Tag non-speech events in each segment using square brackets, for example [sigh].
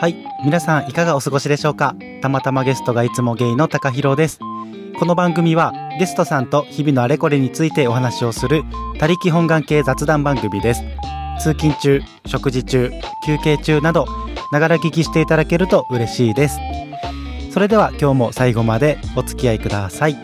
はい皆さんいかがお過ごしでしょうかたまたまゲストがいつもゲイの高博ですこの番組はゲストさんと日々のあれこれについてお話をする他力本願系雑談番組です通勤中食事中休憩中などながら聞きしていただけると嬉しいですそれでは今日も最後までお付き合いください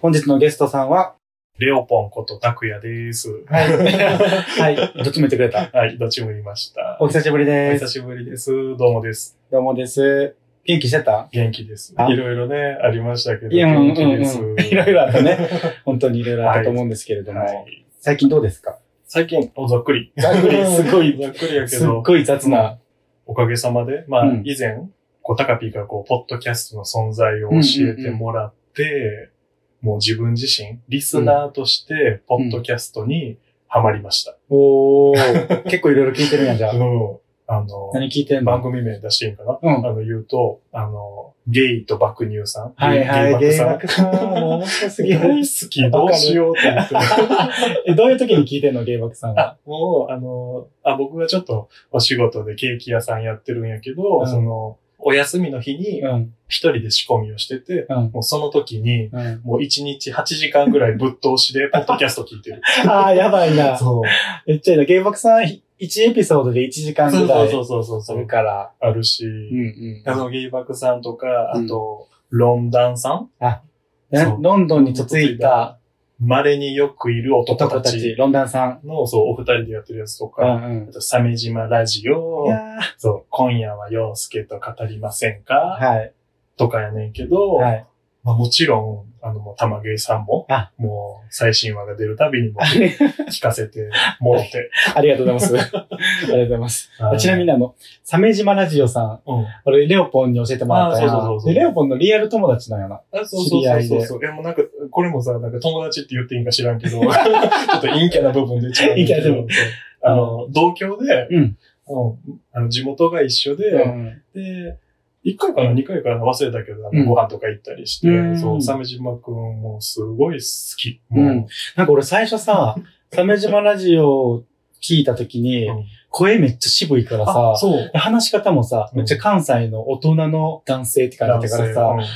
本日のゲストさんはレオポンこと拓也です。はい。 [laughs] ははい。どっちも言ってくれた。い。はい、どっちも言いました。お久しぶりおで久す。しぶりです。どうもです。どうもです。元気してた元気です。あいろいろね、ありましたけど、いや、うんう元ん気です。 [laughs] うん。いろいろあったね。 [laughs] 本当にいろいろあったと思うんですけれども。はい。最近どうですか最近、おざっくり。ざっ [laughs] くりすごいざっくりやけすっど、ごい雑な。おかげさまで、まあ、うん以前、こう、タカピーがこう、ポッドキャストの存在を教えてもらって、もう自分自身、リスナーとして、ポッドキャストにハマりました。おー。結構いろいろ聞いてるんやん、じ [laughs] ゃうあ。ん。あの、何聞いてん番の組名出していいんかなうんあの、言うと、あの、ゲイと爆乳さん。はいはい、ゲ芸イ爆学さん。もう面白すさん。ぎ大る。好き、どうしようって言って。 [laughs] え、どういう時に聞いてんの芸学さんは。あ、もう、あの、あ、僕がちょっとお仕事でケーキ屋さんやってるんやけど、うんその、お休みの日にうん。一人で仕込みをしてて、うん。もうその時に、うん。もう一日8時間ぐらいぶっ通し [laughs] で、ポッドキャスト聞いてる。あー、やばいな。そう。めっちゃいいな。芸学さん、1エピソードで1時間そぐうらいそうそうそうすそうる。から。あるし、んあの、ゲイバクさんとか、うあんと、ロンダンさんねそうロンドンに嫁いた稀によくいる男男たたちち、ロンダンさん。の、そう、お二人でやってるやつとうか、んうんあ。と、鮫島ラジオい、やーそう、今夜は洋介と語りませんか、はい。とかやねんけど、はい。まあ、もちろん、あの、もう、玉芸さんもあ、もう、最新話が出るたびにもあれ聞かせて [laughs] もろて。ありがとうござい [laughs] ます。ありがとうございます。はいちな [laughs] みに、あの、鮫島ラジオさん、うん。俺、レオポンに教えてもらったあそうそうそうやそんうでレオポンのリアル友達なんやな。あそう知そうりそ合ういそでうそう。いや、もうなんか、これもさ、なんか友達って言っていいんか知らんけ [laughs] ど、ちょっと陰キャな部分でちゃうねんけど。陰キャでもそうあの、同郷で、うん。うんあの地元が一緒で、うん。で、一回かな、二回かな、忘れたけど、あうんのご飯とか行ったりして、うんそう、鮫島くんもすごい好き。うんもなんか俺最初 [laughs] さ、鮫島ラジオを聞いたときうに、うん声めっちゃ渋いからあ、さ、そう。話し方もさ、めっちゃ関西の大人の男性って感じだからさ、男性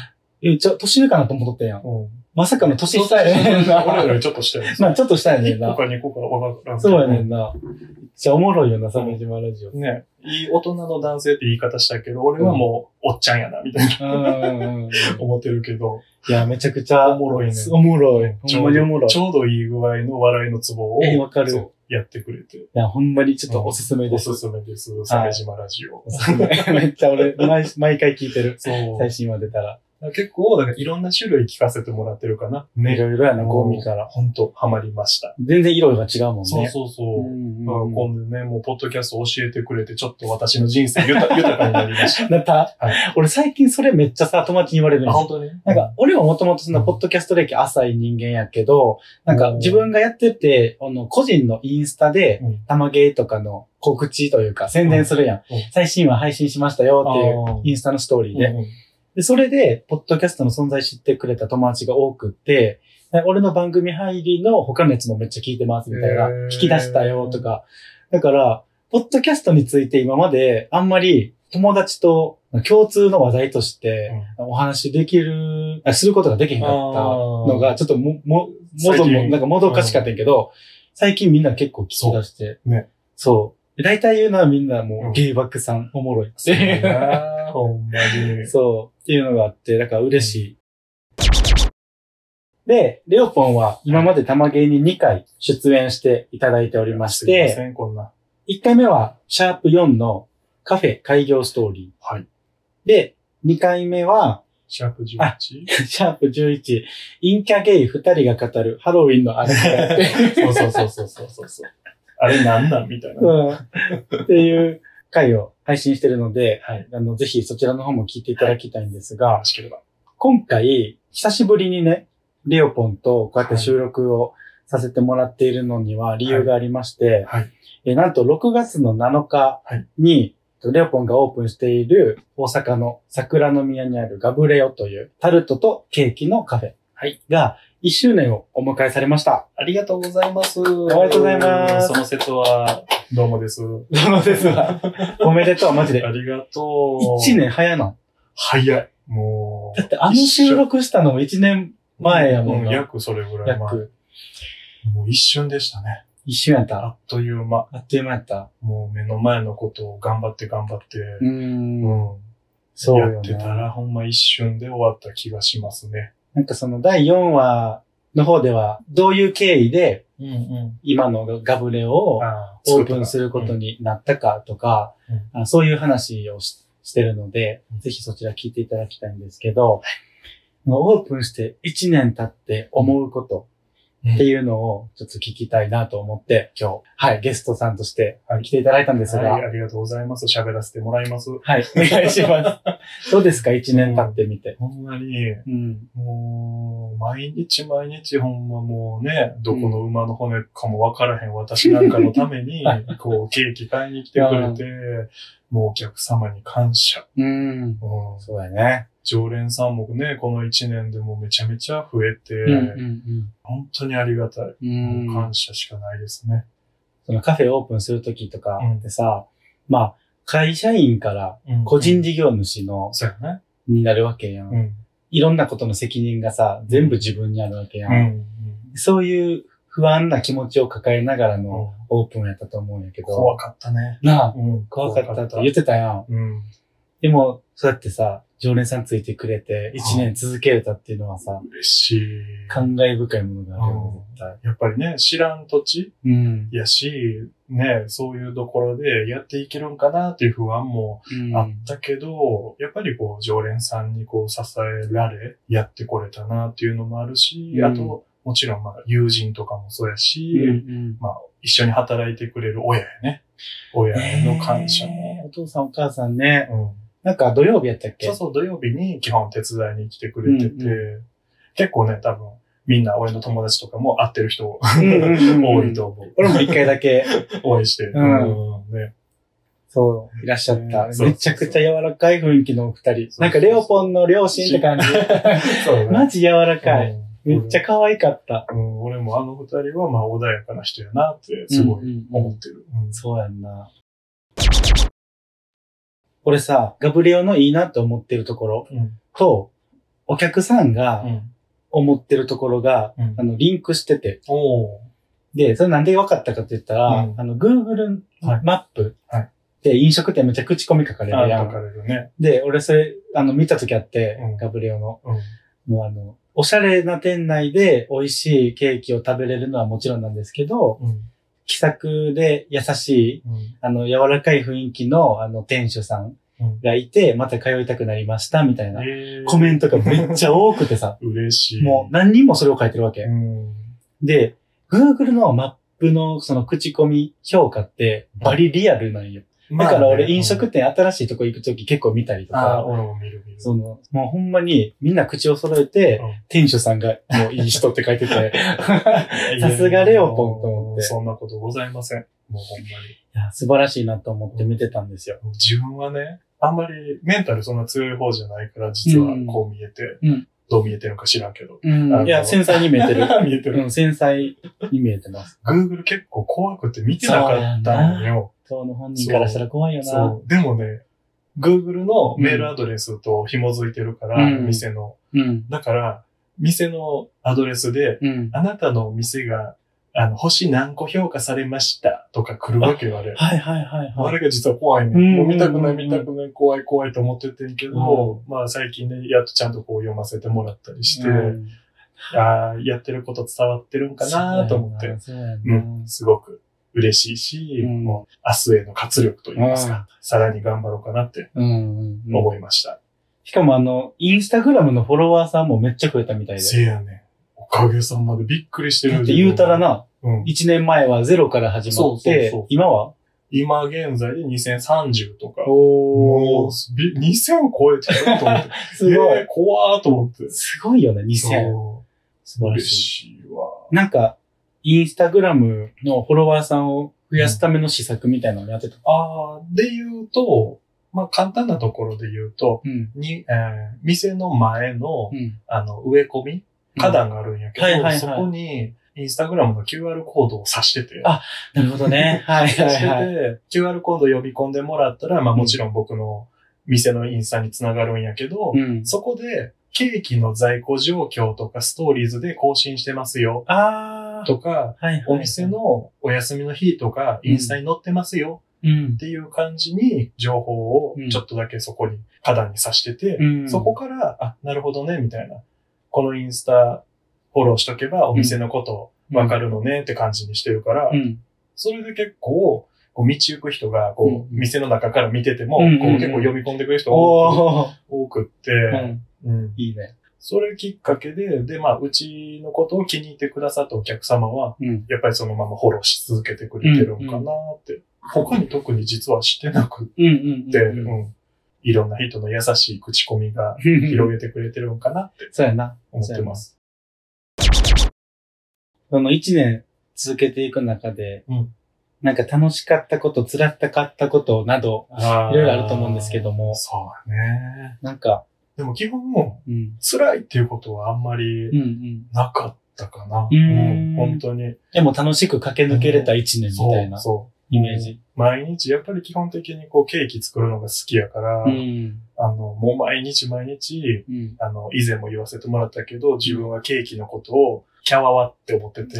え、めっちゃ年上かなと思っとったやん。うんうんまさかの年下やねんな。俺らよりちょっとしてる。 [laughs] まあちょっとしたやね1ん [laughs] 個なか。2個か分からんけそどうやねんな。めっちゃおもろいよな、鮫島ラジオ。ね。いい大人の男性って言い方したけど、俺はもう、おっちゃんやな、みたいな [laughs] うん。思ってるけど、いや、めちゃくちゃおもろいねおもろい。ちほょんまうにどおもろい。ちいょうどいい具合の笑いのツボを、えわかるそうやってくれて、や、ほんまにちょっとおすすめでおす。すすめです。鮫島ラジオお。すすめ。 [laughs] めっちゃ俺、毎毎回聞いてる。そう最新話出たら。結構、だからいろんな種類聞かせてもらってるかな。いろいろやな、うんゴミから。ほんと、ハマりました。全然色が違うもんね。そうそうそう。うんだからうんうん今度ね、もう、ポッドキャスト教えてくれて、ちょっと私の [laughs] 人生豊豊かになりました。なった、は俺最近それめっちゃさ、友達に言われるんあ、です本当になんか、、俺はもともとそんな、ポッドキャスト歴浅い人間やけど、なんか、自分がやってて、あの、個人のインスタで、うんたまゲーとかの告知というか、宣伝するやんうんうん。最新話配信しましたよっていう、インスタのストーリーで、で。うんで、それで、ポッドキャストの存在知ってくれた友達が多くって、で俺の番組入りの他のやつもめっちゃ聞いてますみたいなへー、聞き出したよとか。だから、ポッドキャストについて今まで、あんまり友達と共通の話題として、お話できる、あすることができへんかったのが、ちょっとも、も、も最ど近も、なんかもどかしかったんやけど、最近みんな結構聞き出して。そうね。そう。大体言うのはみんなうもんう、ゲイバックさんおもろいってそうやいう。なほんまに。そう。っていうのがあって、だから嬉しい。で、レオポンは今まで玉芸に2回出演していただいておりましすいまて、せん、こんな。 1回目は、シャープ4のカフェ開業ストーリはい。ー。で、2回目は、 [laughs] シャープ11。あシャープ11、陰キャゲイ二人が語るハロウィンのあ [laughs] れだって、そうそうそうそうそうそうそう。あれなんなんみたいな。はうんっていう回を配信してるので、い。よあの、ぜひそちらの方も聞いていただきたいんですがろ、しければ。今回、久しぶりにね、レオポンとこうやって収録をさせてもらっているのには理由がありまして、はい。えなんと6月の7日はいに、レオポンがオープンしている大阪の桜の宮にあるガブレオというタルトとケーキのカフェはいが1周年をお迎えされ [laughs] ました。ありがとうございます。ありがとうございますその説は、どうもです。そう [laughs] ですわ。おめでとう、マジで。ありがとう。 1年早なん。早い。もう。だってあの収録したのも1年前やもんうな。約それぐらい前。約。もう一瞬でしたね。 1週やった。あっという間。あっという間やった。もう目の前のことを頑張って頑張って、うー。うんん。そうやよってたね。ら、ほんま一瞬で終わった気がしますね。なんかその第4話の方では、どういう経緯でうんうん。今のガブレをあオープンすること。になったかとか、あそういう話をししてるので、ぜひそちら聞いていただきたいんですけど、オープンして1年経って思うことうんっていうのをちょっと聞きたいなと思って、今日、はい、ゲストさんとして来ていただいたんですが、は、はいい、ありがとうございます。喋らせてもらいます。 [laughs] お願いします。どうですか ?1 年経ってみて。 [laughs] ほんまに、うん。もう、毎日毎日ほんまもうね、どこの馬の骨かもわからへん私なんかのため [laughs] に、こう、ケーキ買いに来てくれて、もうお客様に感謝。うん。うんそうだね。常連さんもね、この一年でもうめちゃめちゃ増えて、うんうん本当にありがたい。うん。うん感謝しかないですね。そのカフェオープンするときとかってさ、まあ、会社員から個人事業主のそうやね。になるわけやん。うん。いろんなことの責任がさ、全部自分にあるわけやん。うん。そういう不安な気持ちを抱えながらうのんオープンやったと思うんやけど。怖かったね。なあ、うん。怖かったと言ってたやん。うん。でも、そうやってさ、常連さんついてくれて、一年続けれたっていうのはさ、嬉しい。感慨深いものがあるよね、絶対。やっぱりね、知らん土地うん。やし、ね、そういうところでやっていけるんかなっていう不安もうんあったけど、やっぱりこう常連さんにこう支えられ、やってこれたなっていうのもあるし、うんあと、もちろんまあ友人とかもそうやし、うんまあ一緒に働いてくれる親やね。親への感謝も。ねえお父さんお母さんね。うんなんか土曜日やったっけそうそう、土曜日に基本手伝いに来てくれてて、うん結構ね、多分、みんな俺の友達とかも会ってる人うんうんうんうん多いと思う。俺も一回だけ、お会いして。うんうんね、そう、いらっしゃった。うんそうめちゃくちゃ柔らかい雰囲気のお二人。そうなんかレオポンの両親って感じ。そうだねマジ柔らかい。うんめっちゃ可愛かった。うん、俺もあの二人はまあ穏やかな人やなってすごいい思ってる。うんそうやんな。俺さ、ガブリオのいいなって思ってるところうんと、お客さんが思ってるところが、うんあの、リンクしてて。おーで、それなんで分かったかって言ったら、うんあの、Google はいマップはいで飲食店めっちゃ口コミ書かれあるや書んか。れるね。で、俺それ、あの、見た時あって、うんガブリオの。うんもうあの、おしゃれな店内で美味しいケーキを食べれるのはもちろんなんですけど、うん気さくで優しい、うんあの、柔らかい雰囲気の、あの、店主さんうんがいて、また通いたくなりました、みたいなえー、コメントがめっちゃ多くてさ嬉しい。もう何人もそれを書いてるわけ。うんで、Google のマップのその口コミ評価ってバリリアルなんよ。だから俺飲食店新しいとこ行くとき結構見たりとまあねうんあー、か、俺も見る見る。その、もうほんまにみんな口を揃えてうん、店主さんがもういい人って書いてて、 [laughs] いやさすがレオポンと思ってそんなことございません。もうほんまに。いや素晴らしいなと思って見てたんですよ。自分はね、あんまりメンタルそんな強い方じゃないから、実はうんこう見えて、うんどう見えてるのか知らんけど。うんいや、繊細に [laughs] 見えてる。見えてうる。ん、繊細に見えてます。 Google 結構怖くて見てなかったのよ。当の本人からしたら怖いよな。そう。でもね、Google のメールアドレスと紐づいてるから、うん店の。うん。だから、店のアドレスで、うん。あなたのお店が、あの、星何個評価されましたとか来るわけよ、あれ。はいはいはいあはい。れが実は怖いね。うんもう見たくない見たくない怖い怖いと思っててんけど、まあ最近ね、やっとちゃんとこう読ませてもらったりして、うんああ、やってること伝わってるんかなと思って、。そうやんうな。ん、すごく嬉しいし、うんもう明日への活力といいますか、さらに頑張ろうかなってうんうんうん。思いました。しかもあの、インスタグラムのフォロワーさんもめっちゃ増えたみたいで。せやねん。おかげさまでびっくりしてる。だって言うたら。な、うん、 1年前はゼロから始まっそうそうてそう、今は今現在で2030とか。もおう、び2000超えてると思って。 [laughs] すごえいー。怖ーと思って。すごいよね、2000。そう素晴ら嬉しい。しいわ。なんか、インスタグラムのフォロワーさんを増やすための施策みたいなのやってた。ああ、で言うと、まあ簡単なところで言うと、うん。に、えー店の前のう、ん。あの、植え込み花壇があるんやけど、はいはいはいそこに、インスタグラムの QR コードを挿してて、あなるほどね。 [laughs] はい挿してて、はいはい。 QR コード呼び込んでもらったら、まあうんもちろん僕の店のインスタにつながるんやけど、うん。そこで、ケーキの在庫状況とかストーリーズで更新してますよ、ああ。とはか、いはい。お店、のお休みの日とか、インスタに載ってますよ、うんっ。ていう感じに情報をちょっとだけそこに花壇に刺してて、うんそこから、あ、なるほどね、みたいな。このインスタフォローしとけばお店のことわかるのねって感じにしてるから、うん。それで結構、こう道行く人が、こう、うん店の中から見てても、うんうんうんこう結構読み込んでくれる人が多くおー。多くって、うんうんいいね。それきっかけで、で、まあ、うちのことを気に入ってくださったお客様は、うん。やっぱりそのままフォローし続けてくれてるんかなって。他に特に実はしてなくっうんうん。て、うんうんいろんな人の優しい口コミが広げてくれてるんかなって [laughs] そうやな。思ってます。その一年続けていく中で、うんなんか楽しかったこと、辛かったことなど、あーいろいろあると思うんですけどもそうだね。なんか、でも基本、うん。辛いっていうことはあんまりうんうん。なかったかな。うん本当に。でも楽しく駆け抜けれた一年みそ、たいうなそう。イメージ。毎日、やっぱり基本的にこうケーキ作るのが好きやから、うん。あの、もう毎日毎日、うん。 [laughs] あの、以前も言わせてもらったけど、自分はケーキのことを、キャワワって思 [laughs] ってて。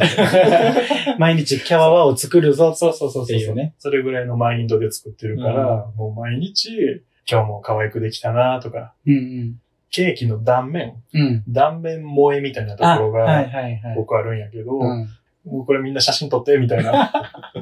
毎日キャワワを作るぞ。そうそうそうっそてういうねそれぐらいのマインドで作ってるから、もう毎日、今日も可愛くできたなとか、うんケーキの断面、うん。うん。断面萌えみたいなところあはいが、はいはい。僕あるんやけど、うん。もうこれみんな写真撮って、みたいな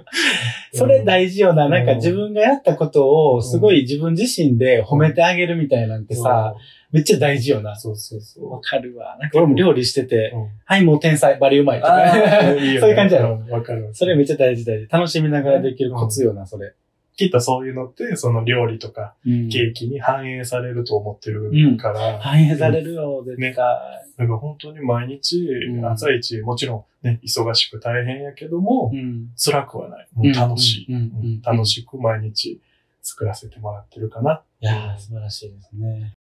[laughs] それ大事よな。うんなんか自分がやったことをすごい自分自身で褒めてあげるみたいなんて事さ、、めっちゃ大事よな。そうそうそう。わかるわ。なんか俺も料理してて、うんはい、もう天才、バリうまいとか。あーいいよねそういう感じやろ。んわかる。 [laughs] それめっちゃ大事大事。楽しみながらできるコツよな、それ。きっとそういうのって、その料理とかうんケーキに反映されると思ってるから、反映されるよ、絶対。なんか本当に毎日うん、朝一、もちろんね、忙しく大変やけども、うん辛くはない。もう楽しい。うんうんうんうん楽しく毎日作らせてもらってるかな。いやー、素晴らしいですね。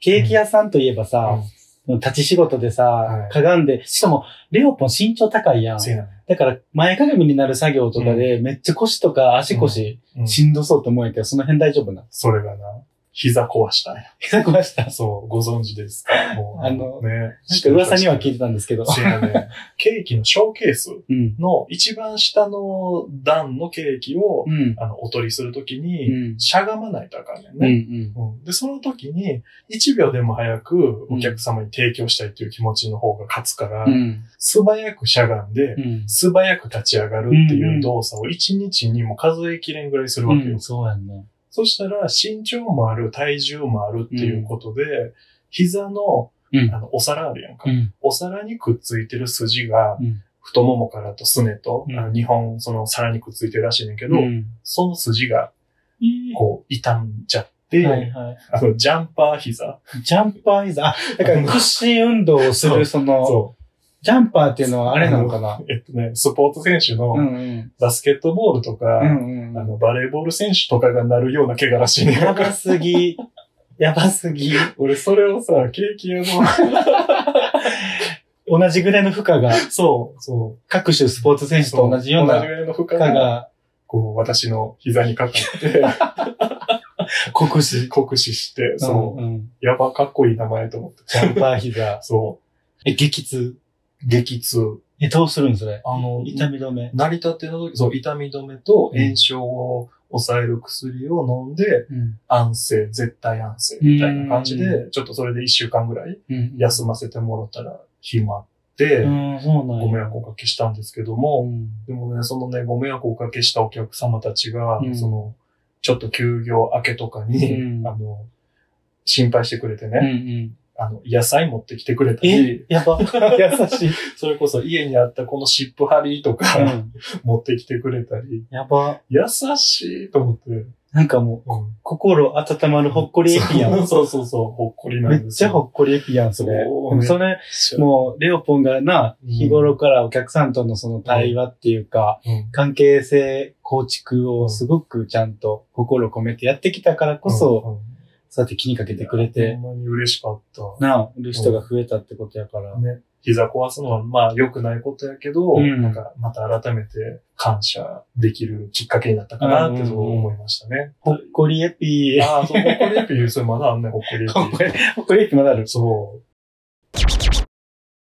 ケーキ屋さんといえばさ、立ち仕事でさ、はいかがんで、しかも、レオポン身長高いやん。せやねだから、前かがみになる作業とかで、めっちゃ腰とか足腰、うんしんどそうと思うんやけど、その [laughs] 辺大丈夫な。それがな、膝壊したんや。膝壊した。なんそう、ご存知ですかもう、あのね。か噂には聞いいてたんですけど。せや [laughs] ね。ケーキのショーケースうん。の一番下の段のケーキを、うん。あの、お取りするときうに、ん。しゃがまないとあかんねんうん。ね。うん。うんで、その時に、1秒でも早くお客様に提供したいという気持ちの方が勝つから、うん。素早くしゃがんで、うん。素早く立ち上がるっていう動作を1日にも数えきれんぐらいするわけよ。そうやんね。そしたら、身長もある、体重もあるっていうことで、膝の、うんあの、お皿あるやんか。うん。お皿にくっついてる筋が、うん太ももからとすねと、うんあの日本、その皿にくっついてるらしいねんけど、うん。その筋が、こう、傷んじゃって、はいはあの、ジャンパー膝。い。ジャンパーイズ、あ、だから屈伸運動をすそうる、その、そジャンパーっていうのはあれなのかなう。えっとね、スポーツ選手うのんうん。バスケットボールとか、うんうあん。の、バレーボール選手とかがなるような怪我らしいねん。やばすぎ。やばすぎ。 [laughs] 俺、それをさ、ケーキ [laughs] 屋の、同じぐらいの負荷が、そう、そう。各種スポーツ選手と同じよう同なじ負ぐらいの負荷荷が、がこう、私の膝にかかって、 [laughs] 酷使。酷使して、そうう。んうん。やば、かっこいい名前と思 [laughs] って。ジャンパー膝。そえ、激痛。う。激痛。え、どうするんそれ。あの、痛み止め。成り立ての時、そう、痛み止めと炎症を抑える薬を飲んで、うん。安静、絶対安静、みたいな感じで、ちょっとそれで一週間ぐらいうん休ませてもらったら、暇って、うん、そうなんやご迷惑をおかけしたんですけどうも、んでもね、そのね、ご迷惑をおかけしたお客様たちが、うんその、ちょっと休業明けとかに、うんあの、心配してくれてうんうね、ん。あの、野菜持ってきてくれたえり、、やば。 [laughs] 優しい。それこそ家にあったこの湿布貼りとか、うん。持ってきてくれたり、やば。優しいと思って、なんかもう、うん心温まるほっこりエピや [laughs] ん。そうそうそう、ほっこりなんめっですちゃほよ。っこりエピやん、それ。そうでもそれ、っもう、レオポンがな、うん日頃からお客さんとのその対話っていうか、ちゃ、うん関係性構築をすごくちゃんと心込めてやってきたからこそ、、うんそうやって気にかけてくれて、ほんまに嬉しかった。なあ、いる人が増えたってことやから。ね、膝壊すのはまあ良くないことやけど、うんなんかまた改めて感謝できるきっかけになったかなってそう思いましたね。ほっこりエピー。ああ、そう、ほっこりエピ言う、それまだあんね、ほっこりエピ。 [laughs] ほっこり、ほっこりエピまだある。そう。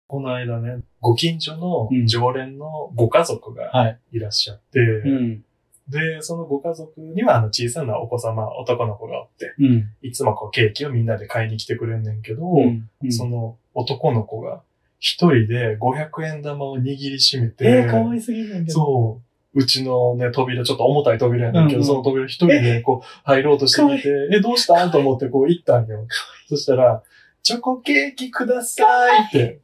この間ね、ご近所のうん常連のご家族がはい。いらっしゃって、うん。で、そのご家族にはあの小さなお子様、男の子がおって、うん。いつもこうケーキをみんなで買いに来てくれんねんけど、うんその男の子が一人で500円玉を握りしめて、えー、かわいすぎるんだけど。そう、うちのね、扉、ちょっと重たい扉やねんけど、うんうんその扉一人でこう入ろうとしてみて、え、どうしたんと思ってこう行ったんよ。そしたら、チョコケーキくださいって、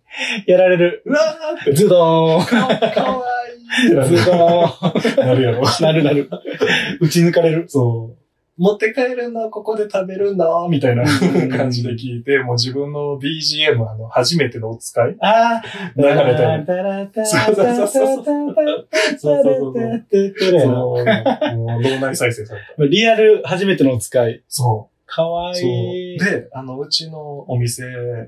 やられる。うわーって、ズドーン。かわいいってズドー [laughs] なるやろ。ン。なるなる。打ち抜かれる。そう。持って帰るのここで食べるのみたいな感じで聞いて、もう自分の BGM、あの、初めてのお使いああ。流れたよ。そうそうそうそそう。うそうそうそう。そう。もう脳内再生された。リアル初めてのお使い。そかわう。いそうい。で、あの、うちのお店、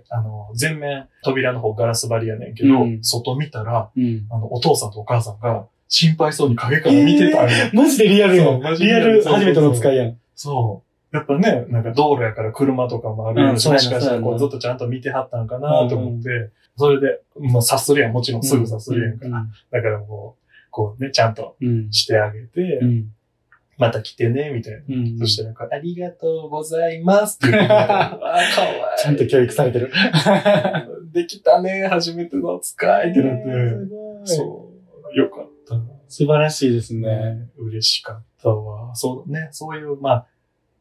あの、全面、扉の方ガラス張りやねんけど、うん外見たら、うん。あの、お父さんとお母さんが心配そうに影から見てたんよ。マジでリアルやそうんマ。ジでリリアアルル初めてのお使いやん。そう。やっぱね、なんか道路やから車とかもあるやうんんもしそうかやなしたらこそうやうなずっとちゃんと見てはったんかなと思って、それで、まあ、察するやん。もちろんすぐ察するやんか。だからもう、こうね、ちゃんとうん。してあげて、うん。また来てね、みたいな。うん。そしてなんか、ありがとうございますって言ってくれ [laughs] てあー、かわいい。ちゃんと教育されてる。できたね、初めてのお使いってなって。そうそう。よかったな。素晴らしいですね。嬉しかったわ。そうね、そういう、ま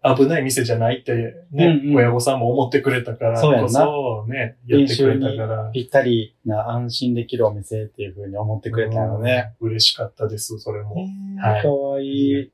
あ、危ない店じゃないってね、うんうん親御さんも思ってくれたからそうやんこなそ、ね、やってくれたから。ぴったりな安心できるお店っていうふうに思ってくれたのね。うん。嬉しかったです、それも。はいかわいい。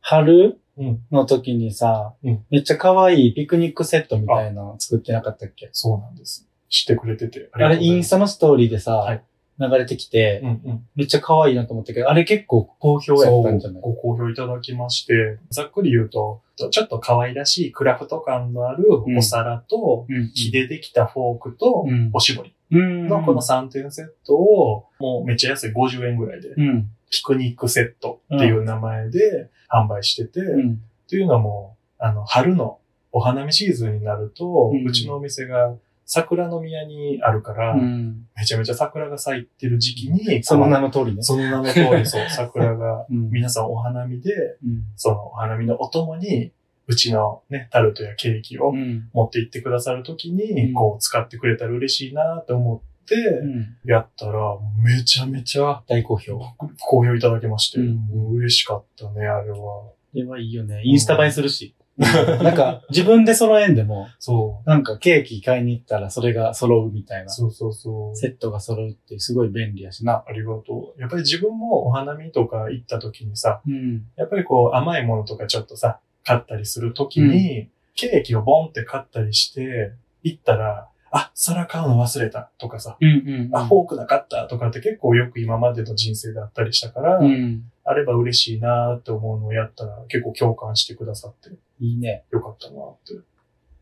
春うんの時にさうん、めっちゃかわいいピクニックセットみたいなの作ってなかったっけそうなんです。知ってくれてて。あれ、インススタのストーリーでさ、はい流れてきてう、んうん。めっちゃ可愛いなと思ったけど、あれ結構好評やそったんじゃうないご好評いただきまして、ざっくり言うと、ちょっと可愛らしいクラフト感のあるうんお皿と、うん木でできたフォークとう、んおしぼりうんのこの3点セットを、もうめっちゃ安い50円ぐらいで、うん。ピクニックセットっていう名前で販売してて、うっん。ていうのも、あの、春のお花見シーズンになるとう、んうちのお店が桜の宮にあるから、うんめちゃめちゃ桜が咲いてる時期に、その名の通りね。その名の通り、 [laughs] そう、桜が、うん皆さんお花見で、うんそのお花見のお供に、うちのね、タルトやケーキをうん持って行ってくださるときうに、んこう使ってくれたら嬉しいなと思って、うんやったら、めちゃめちゃ大好評。こ好評いただきまして、うんもう嬉しかったね、あれは。れはいいよね。インスタ映えするし。なんか、自分で揃えんでも、そう。なんかケーキ買いに行ったらそれが揃うみたいな。そうそうそう。セットが揃うってすごい便利やしな。ありがとう。やっぱり自分もお花見とか行った時にさ、うん。やっぱりこう甘いものとかちょっとさ、買ったりするときに、ケーキをボンって買ったりして、行ったら、あ、皿買うの忘れたとかさ、うんうんあ、フォークなかったとかって結構よく今までの人生だったりしたから、うん。あれば嬉しいなって思うのをやったら結構共感してくださっていいね。よかったなって。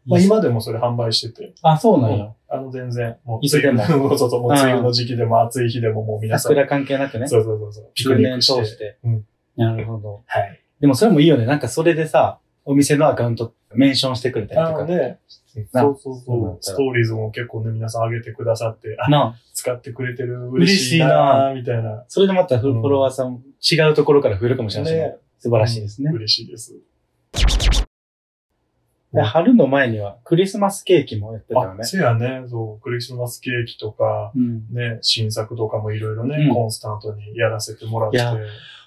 まあ今でもそれ販売してて、あ、そうなんうや。あの全然、もういつでもそうそうそう、もう梅雨の時 [laughs] 期でも暑い日でももう皆さん、桜関係なくね。そうそうそうそう、ピク10ニッ年ク通して。してうん。なるほど。はい。でもそれもいいよね。なんかそれでさ、お店のアカウントメンションしてくれたりあとのか。ね、なそうそうそうなそっう、たスらトーリーズも結構ね、皆さん上げてくださって、あ、なあ使ってくれてる、嬉しいなみたいな。それでまたフうんォロワーさん、違うところから増えるかもしれないしね、ね素晴らしいですね。嬉しいです。で春の前にはクリスマスケーキもやってたよあ、ね。せやね、そう、クリスマスケーキとか、うん、ね、新作とかもいろいろね、うんコンスタントにやらせてもらってい。や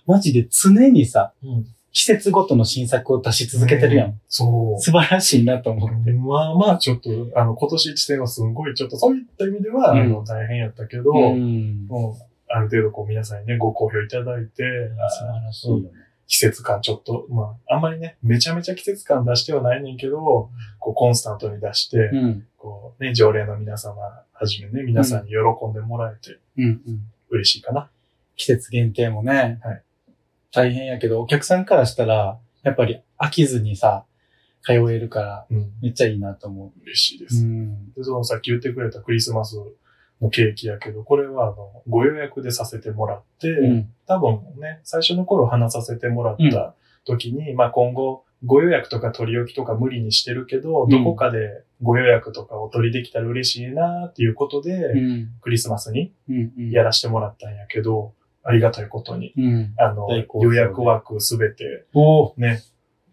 マジで常にさ、うん季節ごとの新作を出し続けてるやん。そう。素晴らしいなと思う。まあまあ、ちょっと、あの、今年一年はすんごい、ちょっとそういった意味では、うんあの、大変やったけど、うんもう、ある程度こう皆さんにね、ご好評いただいて、素晴らしいよね。季節感ちょっと、まあ、あんまりね、めちゃめちゃ季節感出してはないねんけど、こう、コンスタントに出して、うん。こう、ね、常連の皆様、はじめね、皆さんに喜んでもらえて、うんうん。嬉しいかな。季節限定もね、はい大変やけど、お客さんからしたら、やっぱり飽きずにさ、通えるから、うん。めっちゃいいなと思嬉しいでう。す。ん。で、そのさっき言ってくれたクリスマスのケーキやけど、これはあの、ご予約でさせてもらって、うん。多分ね、最初の頃話させてもらった時に、まあ今後、ご予約とか取り置きとか無理にしてるけど、うんどこかでご予約とかを取りできたら嬉しいなっていうことで、うん。クリスマスにうん。やらしてもらったんやけど、ありがたいことに、うん。あの大、好評予で約枠すべておーね、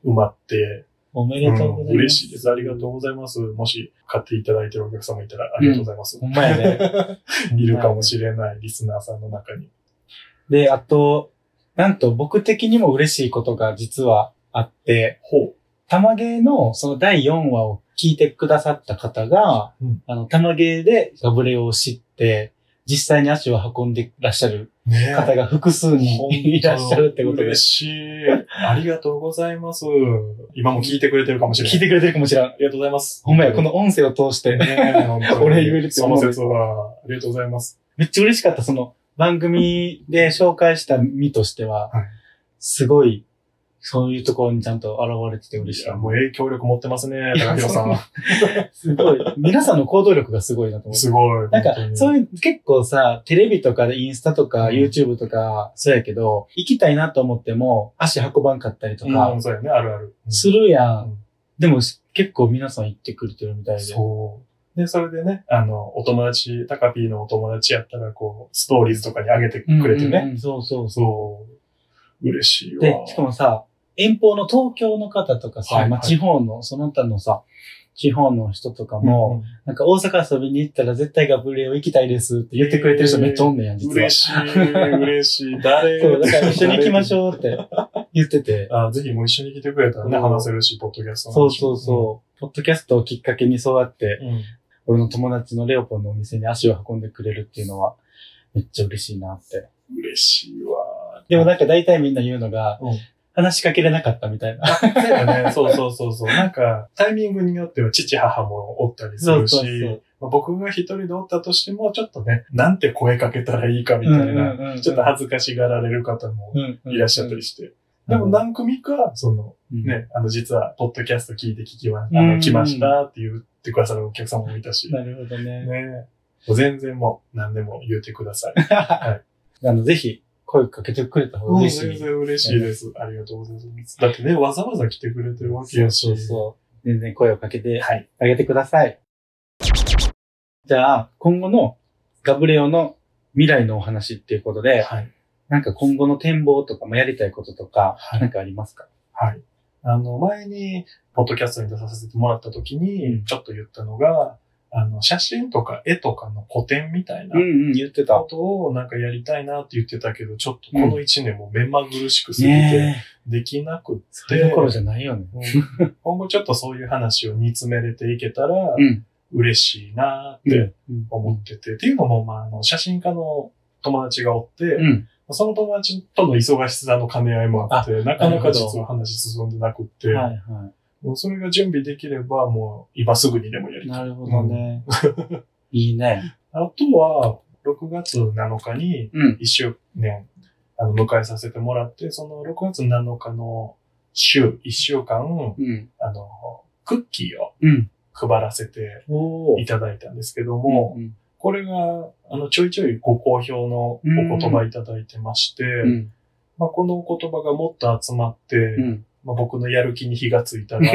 埋まって、おめでとうございます。うん嬉しいです。ありがとうございます。もし買っていただいてるお客様いたらありがとうございます。。ほんまやねいるかもしれないリスナーさんの中に。で、あと、なんと僕的にも嬉しいことが実はあって、ほ玉芸のその第4話を聞いてくださった方が、うんあの、玉芸でガブレオを知って、実際に足を運んでらっしゃるう。ねえ方が複数本当人いらっしゃるってことで嬉、しい。ありがとうございます。今も聞いてくれてるかもしれない。聞いてくれてるかもしれん。ありがとうございます。ほんまや、この音声を通して、ねえ。本当に俺言えるってそ思うの説は、ありがとうございます。めっちゃ嬉しかった、その番組で紹介した身としては、はいすごい、そういうところにちゃんと現れてて嬉しいいや、。もう影響力持ってますね、高弘さん。すごい。皆さんの行動力がすごいなと思って。すごい。なんか本当、にそういう、結構さ、テレビとかでインスタとか、うん YouTube とか、そうやけど、行きたいなと思っても、足運ばんかったりとうかん、、そうやね、あるある。するやうんん。でも、結構皆さん行ってくれてるみたいで。そう。で、それでね、あの、お友達、タカピーのお友達やったら、こう、ストーリーズとかに上げてくうんれてね。。うんそうそうそ。そう。嬉しいうわ。で、しかもさ、遠方の東京の方とかさ、はいはいまあ地方の、その他のさ、地方の人とかも、もなんか大阪遊びに行ったら絶対ガブレオ行きたいですって言ってくれてる人めっちゃおんねんやん、う実は嬉。しい、嬉しい。誰そう、だから一緒に行きましょうって言ってて。あぜひもう一緒に来てくれたらね、うん話せるし、ポッドキャストのそう話そうそう。ポッドキャストをきっかけにそうやって、うん。俺の友達のレオポンのお店に足を運んでくれるっていうのは、めっちゃ嬉しいなって。嬉しいわ。でもなんか大体みんな言うのが、うん話しかけれなかったみたいな。そうだね。そうそうそうそう。なんか、タイミングによっては父、母もおったりす [laughs] そうるし、そうそう。まあ僕が一人でおったとしても、ちょっとね、なんて声かけたらいいかみたいな、ちょっと恥ずかしがられる方もいらっしゃったりしして。でも何組か、その、て。ね、あの、実は、ポッドキャスト聞いて聞きま、あうんうの、ん来ましたって言ってくださるお客様もいたし、ねなるほどね。もう全然もう、何でも言ってください。あの、ぜひ、声かけてくれた方がうん嬉し全い。然嬉しいです。ありがとうございます。だってね、わざわざ来てくれてるわけやし。そうそう。全然声をかけてはい。あげてください。じゃあ、今後のガブレオの未来のお話っていうことで、はい。なんか今後の展望とか、まあ、やりたいこととか、はいなんかありますかはい。あの、前に、ポッドキャストに出させてもらった時うに、んちょっと言ったのが、あの、写真とか絵とかの古典みたいなうんうん、言ってたこ。とをなんかやりたいなって言ってたけど、ちょっとこの一年も目まぐるしくすぎて、ねえ。できなくっそて、れどころじゃないよね。うん今後ちょっとそういう話を煮詰めれていけたら、うん。嬉しいなって思ってて、っていうのも、まあ、あの、写真家の友達がおって、うん。その友達との忙しさの兼ね合いもあって、なかななるほかど実は話進んでなくって、うん。はいはもうそれが準備できれば、もう今すぐにでもやい。りたい。なるほどね。いいね。あとは、6月7日にうん。 1周年、あの、迎えさせてもらって、その6月7日の週、1週間、うん。あの、クッキーをうん。配らせておいただいたんですけども、もうん、これが、あの、ちょいちょいご好評のお言葉いただいてまして、うん。まあ、このお言葉がもっと集まって、うん。まあ、僕のやる気に火がついた [laughs] ら、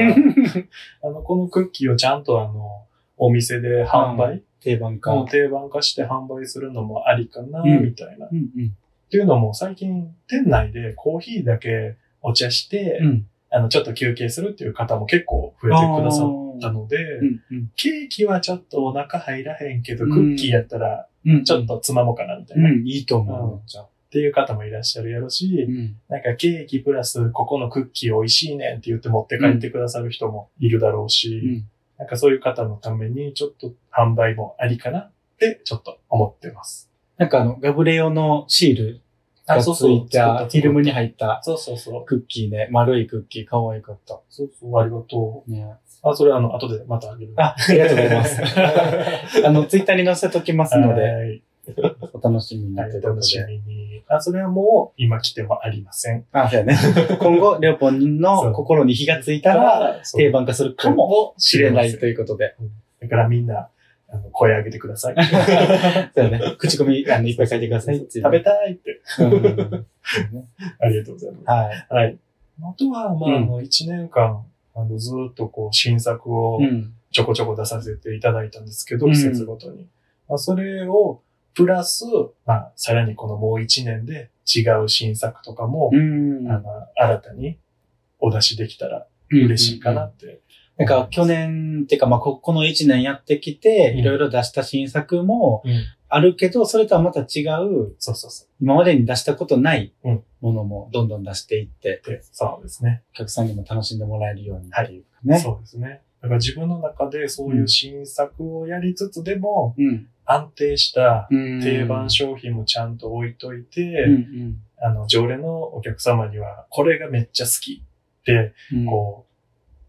あの、このクッキーをちゃんとあの、お店で販売、定番か。もう定番化して販売するのもありかな、うんみたいな。っうんうん。ていうのも最近、店内でコーヒーだけお茶して、うん。あの、ちょっと休憩するっていう方も結構増えてくださったので、うんうん。ケーキはちょっとお腹入らへんけど、うんクッキーやったらうんちょっ。とつまもうかな、みたいうな。ん、いいと思う。じゃあっていう方もいらっしゃるやろし、うん。なんかケーキプラスここのクッキー美味しいねんって言って持って帰ってくださる人もいるだろうし、うん。なんかそういう方のためにちょっと販売もありかなってちょっと思ってます。なんかあの、ガブレオのシールがついた、フィルムに入ったそうそうそう。クッキーね。丸いクッキー、可愛かった。そうそう、ありがとね。う。あ、それはあ [laughs] の、後でまたあげる。 [laughs] あ、ありがとうございます。あの、ツイッターに載せときますので、はい。お楽しみにはいということ楽しで。みに。あ、それはもう今来てもありません。あ、そうやね。 [laughs] 今後、レオポンそのう心に火がついたら、そう定番化するかもしれないということで。 [laughs] だからみんな、あの、声上げてください。そうやね。口コミ、あの、いっぱい書いてくださいっていう食べたいって。うんそうねありがとうございます。はい。はい。あとは、まあ、うんあの、1年間、あの、ずーっとこう、新作をうん。ちょこちょこ出させていただいたんですけど、うん季節ごとに。まあ、それを、プラス、まあ、さらにこのもう1年で違う新作とかも、うんあの、新たにお出しできたら嬉しいかな。って。なんか、去年、っていうか、まあ、こ、この1年やってきて、うんいろいろ出した新作もうん。あるけど、それとはまた違う、そうそうそ今までに出したことないうんものもどんどん出していって、う。で、そうですね。お客さんにも楽しんでもらえるようにっていうかね。そうですね。だから自分の中でそういう新作をやりつつでも、うん。安定したうん定番商品もちゃんと置いといて、うんあの、常連のお客様には、これがめっちゃ好きって、うん。こう、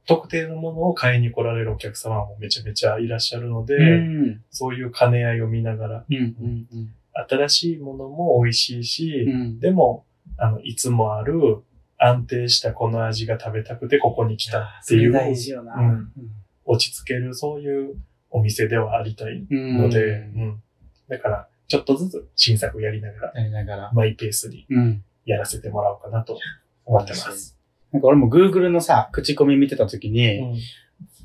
特定のものを買いに来られるお客様もめちゃめちゃいらっしゃるので、うん。うん。そういう兼ね合いを見ながら、うん。うん。うん新しいものも美味しいし、うん。でも、あの、いつもある安定したこの味が食べたくてここに来たっていう、それ大事よな。うん落ち着けるそういうお店ではありたいうんので、うんだから、ちょっとずつ新作やりながら、やりながら。マイペースにうん。やらせてもらおうかなと思ってます。なんか俺も Google のさ、口コミ見てた時に、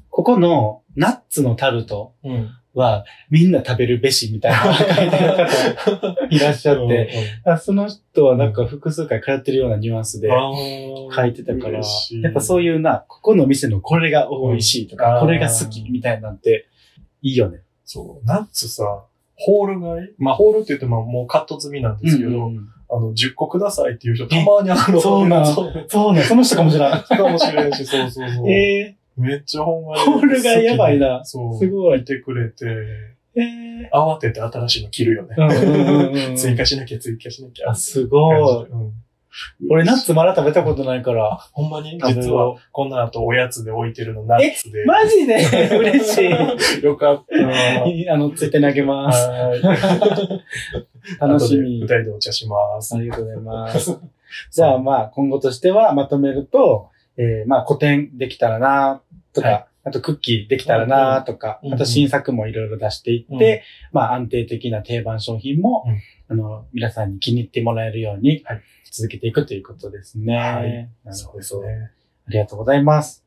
ここのナッツのタルトうん。うん。はみんな食べるべしみ [laughs] たいな書いてる方がいらっしゃって、あその人はなんか複数回通ってるようなニュアンスで書いてたから、やっぱそういういうな、ここの店のこれが美味しいとうんか、あーこれが好きみたいなんて、いいよね。そうナッツさホール買いまあホールって言ってももうカット済みなんですけど、うんあの10個くださいっていう人たまにあるの [laughs] そうなんそうそうね、その人かもしれなかもしれんしそうそうそい。う、えめっちゃほんまにホール買いやばいなそうすごいいてくれてー、え慌てて新しいの着るよね、ー。うんうんうんうん追加しなきゃ追加しなきゃあ、すごい。うん俺ナッツまだ食べたことないから。ほんまに実はこの後おやつで置いてるのナッツで [laughs] マジで [laughs] 嬉し [laughs] よかった [laughs] い。あの、ついて投げます。はい楽しみ二。人でお茶します。ありがとうございます。じゃあまあ今後としてはまとめると、えーまあ古典できたらなとか、はあとクッキーできたらなとか、うんうんあと新作もいろいろ出していって、まあ安定的な定番商品も、うんあの、皆さんに気に入ってもらえるようにはい続けていくということですね。はいな [laughs] るそうほですど。ね。ありがとうございます。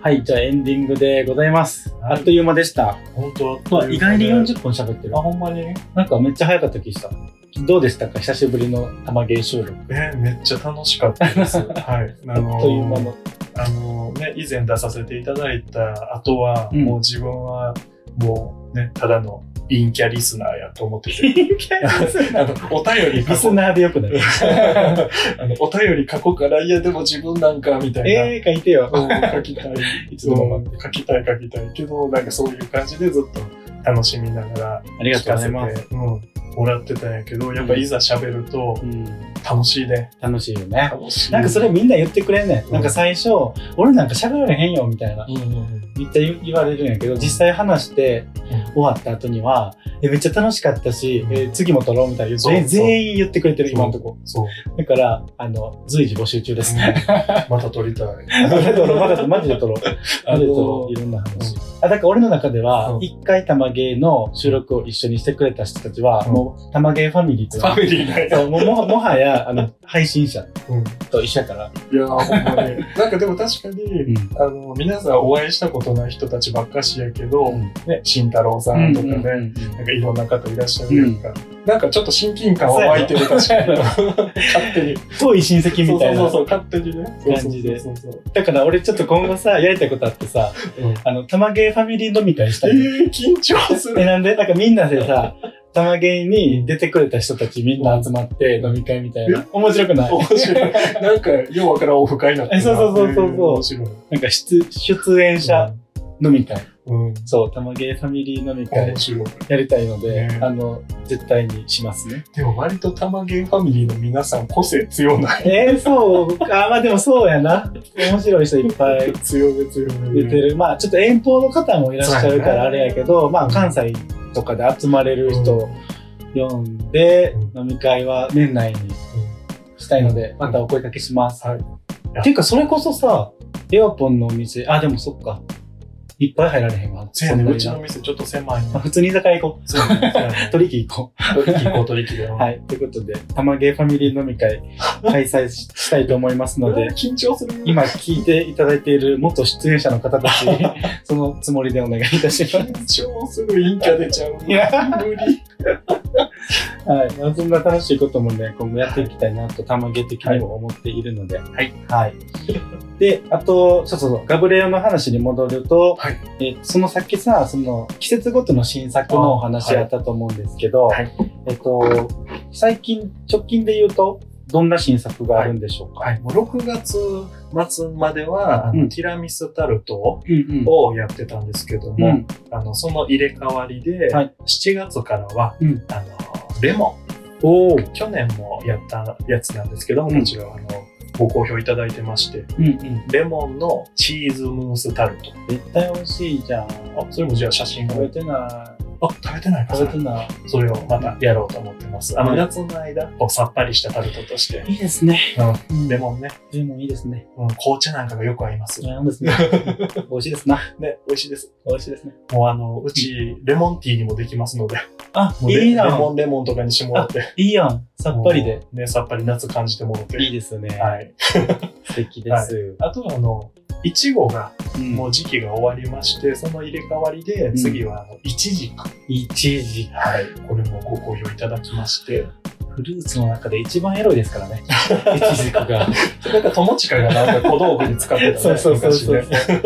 はい、じゃあエンディングでございます。はいあっという間でした。本当まあ、意外に十。 40分喋ってるあ、。ほんまになんかめっちゃ早かった気した。どうでしたか久しぶりの玉芸収録。え、めっちゃ楽しかった [laughs] です。はい。ああっという間 [laughs] の。あのね、以前出させていただいた後は、うんもう自分は、もうね、ただの陰キャリスナーやと思って [laughs] て。あの、お便りリ過ス去。ナーでよくない [laughs] あのお便り過去から、いや、でも自分なんか、みたいな。 [laughs] ええ書いてよ。うん書きたい。いつそでもう待って書きたい書きたいけど、なんかそういう感じでずっと楽しみながらありが聞とうかごせざています。うん、もらってたんやけど、やっぱいざ喋るとうん、楽しいね。楽しいよね。楽しい。なんかそれ、みんな言ってくれんね。うんんなんか最初、俺なんか喋られへんよみたいな。うんうんうん、めっちゃ言われるんやけど、実際話してうん終わった後には、えめっちゃ楽しかったし、え次も撮ろうみたいな言ってそうそう全員言ってくれてる、今のとこ。 [laughs] そう。だから、あの、随時募集中ですね。また撮りたい。まだ撮ろう、まだ撮ろう、マジで撮ろう。マジで撮ろう、いろんな話。あ、だから俺の中ではう、ん一回玉芸の収録を一緒にしてくれた人たちは、うんもう玉芸ファミリーとファミリーだよ。そうもうももはや、あの、配信者うんと一緒やから。いやー、ほんまに。なんかでも確かに、あの、皆さんお会いしたことない人たちばっかしやけど、うんね、慎太郎さうんんとかね、うんなんかいろんな方いらっしゃるやんか。なんかちょっと親近感は湧いてる、確かに。勝手に。遠い親戚みたいそなうそうそう、勝手にね。そうそう感じでそうそうそう。だから俺ちょっと今後さ、やりたいことあってさ、うんあの、玉芸ファミリー飲み会したいの。えー、緊張すえ、る。なんでなんかみんな [laughs] でさ、玉芸に出てくれた人たちみんな集まって飲み会みたいな。面白くない面白い。なんか、ようわからんオフ会になってるなえそうそうそうそうそう面白い。なんか出、出演者飲み会。ううん。そう、玉芸ファミリー飲み会面白い。やりたいので、ねあの、絶対にしますね。でも割と玉芸ファミリーの皆さん個性強ない。 [laughs] えー、そうか。あまあでもそうやな。面白い人いっぱい強め強め。出てる。まあちょっと遠方の方もいらっしゃるからあれやけど、まあ関西とかで集まれる人を呼んで、飲み会は年内にしたいので、またお声掛けします。はいていうか、それこそさ、エアポンのお店、あ、でもそっか。いっぱい入られへんわ。せやんね、なうにちなの店ちょっと狭いねまあ。普通に居酒屋行こそうやね [laughs] う。。取引行こう。取引行こう、取引で。。はい [laughs] い。ということで、玉芸ファミリー飲み会開催ししたいと思いますので、緊張する。今聞いていただいている元出演者の方 [laughs] たち、そのつもりでお願いいたします。緊張する。陰キャ出ちゃう。いや無理。。はい、まあそんな楽しいこともね、今後やっていきたいなと、たまげ的にも思っているので。はいはい。で、あと、そうそうそう、ガブレオの話に戻ると、はいえそのさっきさ、その季節ごとの新作のお話ああったと思うんですけど、はいえっと、最近、直近で言うと、どんな新作があるんでしょうか、はい。もう6月末までは、あうんの、ティラミスタルトうんをやってたんですけどうん。うも、ん。あの、その入れ替わりで、はい7月からはうん、あの、レモン。おー。去年もやったやつなんですけども、うんこちらはあのご好評いただいてまして、うんうん。レモンのチーズムースタルト。絶対美味しいじゃん。あ、それもじゃあ写真食べを。てない。あ、食べてないか食べてない。それをまたやろうと思ってます。あの、はい夏の間、こうさっぱりしたタルトとして。いいですね。レモンね、でもいいですね。うん、紅茶なんかがよく合います。ね、なんです [laughs] ね。美味しいですな。美味しいです。美味しいですね。もうあの、うち、レモンティーにもできますの [laughs] で、あもうレレモンレモンとかにしてもらって。いいやん。さっぱりで。もう。ね、さっぱり夏感じてもらって。いいですね。はい。素敵で。ですあとはあの、いちごがももうう時期が終わりまして、その入れ替わりでん、次は、あの、イチジク。イチジはい。これもご好評いただきま [laughs] して。ク、フルーツの中で [laughs] 一番エロいですからね。イチジクが。なんか、友近がなんか小道具に使ってたね。そうそうそうそう昔ね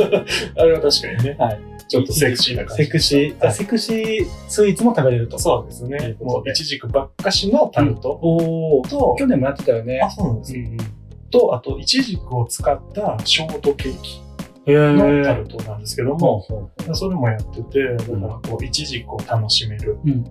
あれは確かにね。はい。ちょっとセクシーな感じ。セクシー、はあいセクシースイーツも食べれると。そうですというね。ことでもう、イチジクばっかしのタルトおお。と、去年もやってたよね。あ、そうなんです、ん。と、あと、イチジクを使ったショートケーキへのタぇルトなんですけども、もう、それもやってて、だかんら、こう、イチジクを楽しめるうんうん。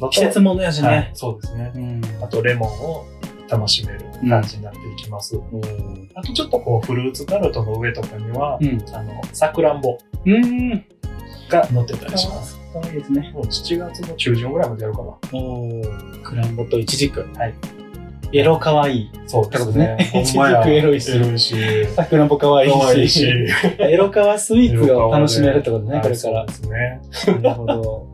のと。季節物やしはいね。。そうですね。うん。あとレモンを楽しめる感じになっていきます。うん。あとちょっとこうフルーツタルトの上とかには、うん。あの、さくらんぼうん。が乗ってたりします。可愛いですね。もう7月の中旬ぐらいまでやるかな。おークランボとイチジク。はい。エロかわいい。そうですねほんまや。一軸エロいしエロいし。さくらんぼかわいいし。可愛いし。エロカワスイーツを楽しめるってことね、これかはらい。そうですね。なるほなど。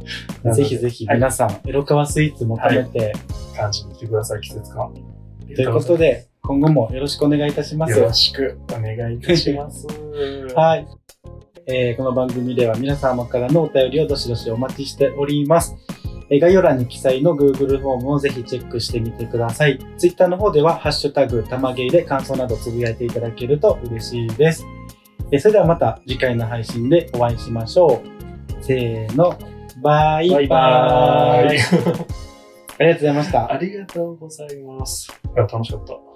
のでぜひぜひ皆さん、エロカワスイーツ求めて、感じに来てください、季節感。ということで、今後もよろしくお願いいたしますよ。ろしくお願いいたします。 [laughs] は。はいい。えーこの番組では皆様からのお便りをどしどしお待ちしております。えー概要欄に記載の Google フォームをぜひチェックしてみてください。Twitter の方では、ハッシュタグ、たまげいで感想などつぶやいていただけると嬉しいです。えーそれではまた次回の配信でお会いしましょう。せーの、バイババイ。イバーイ。ありがとうございましたあ。りがとうございます。いや楽しかった。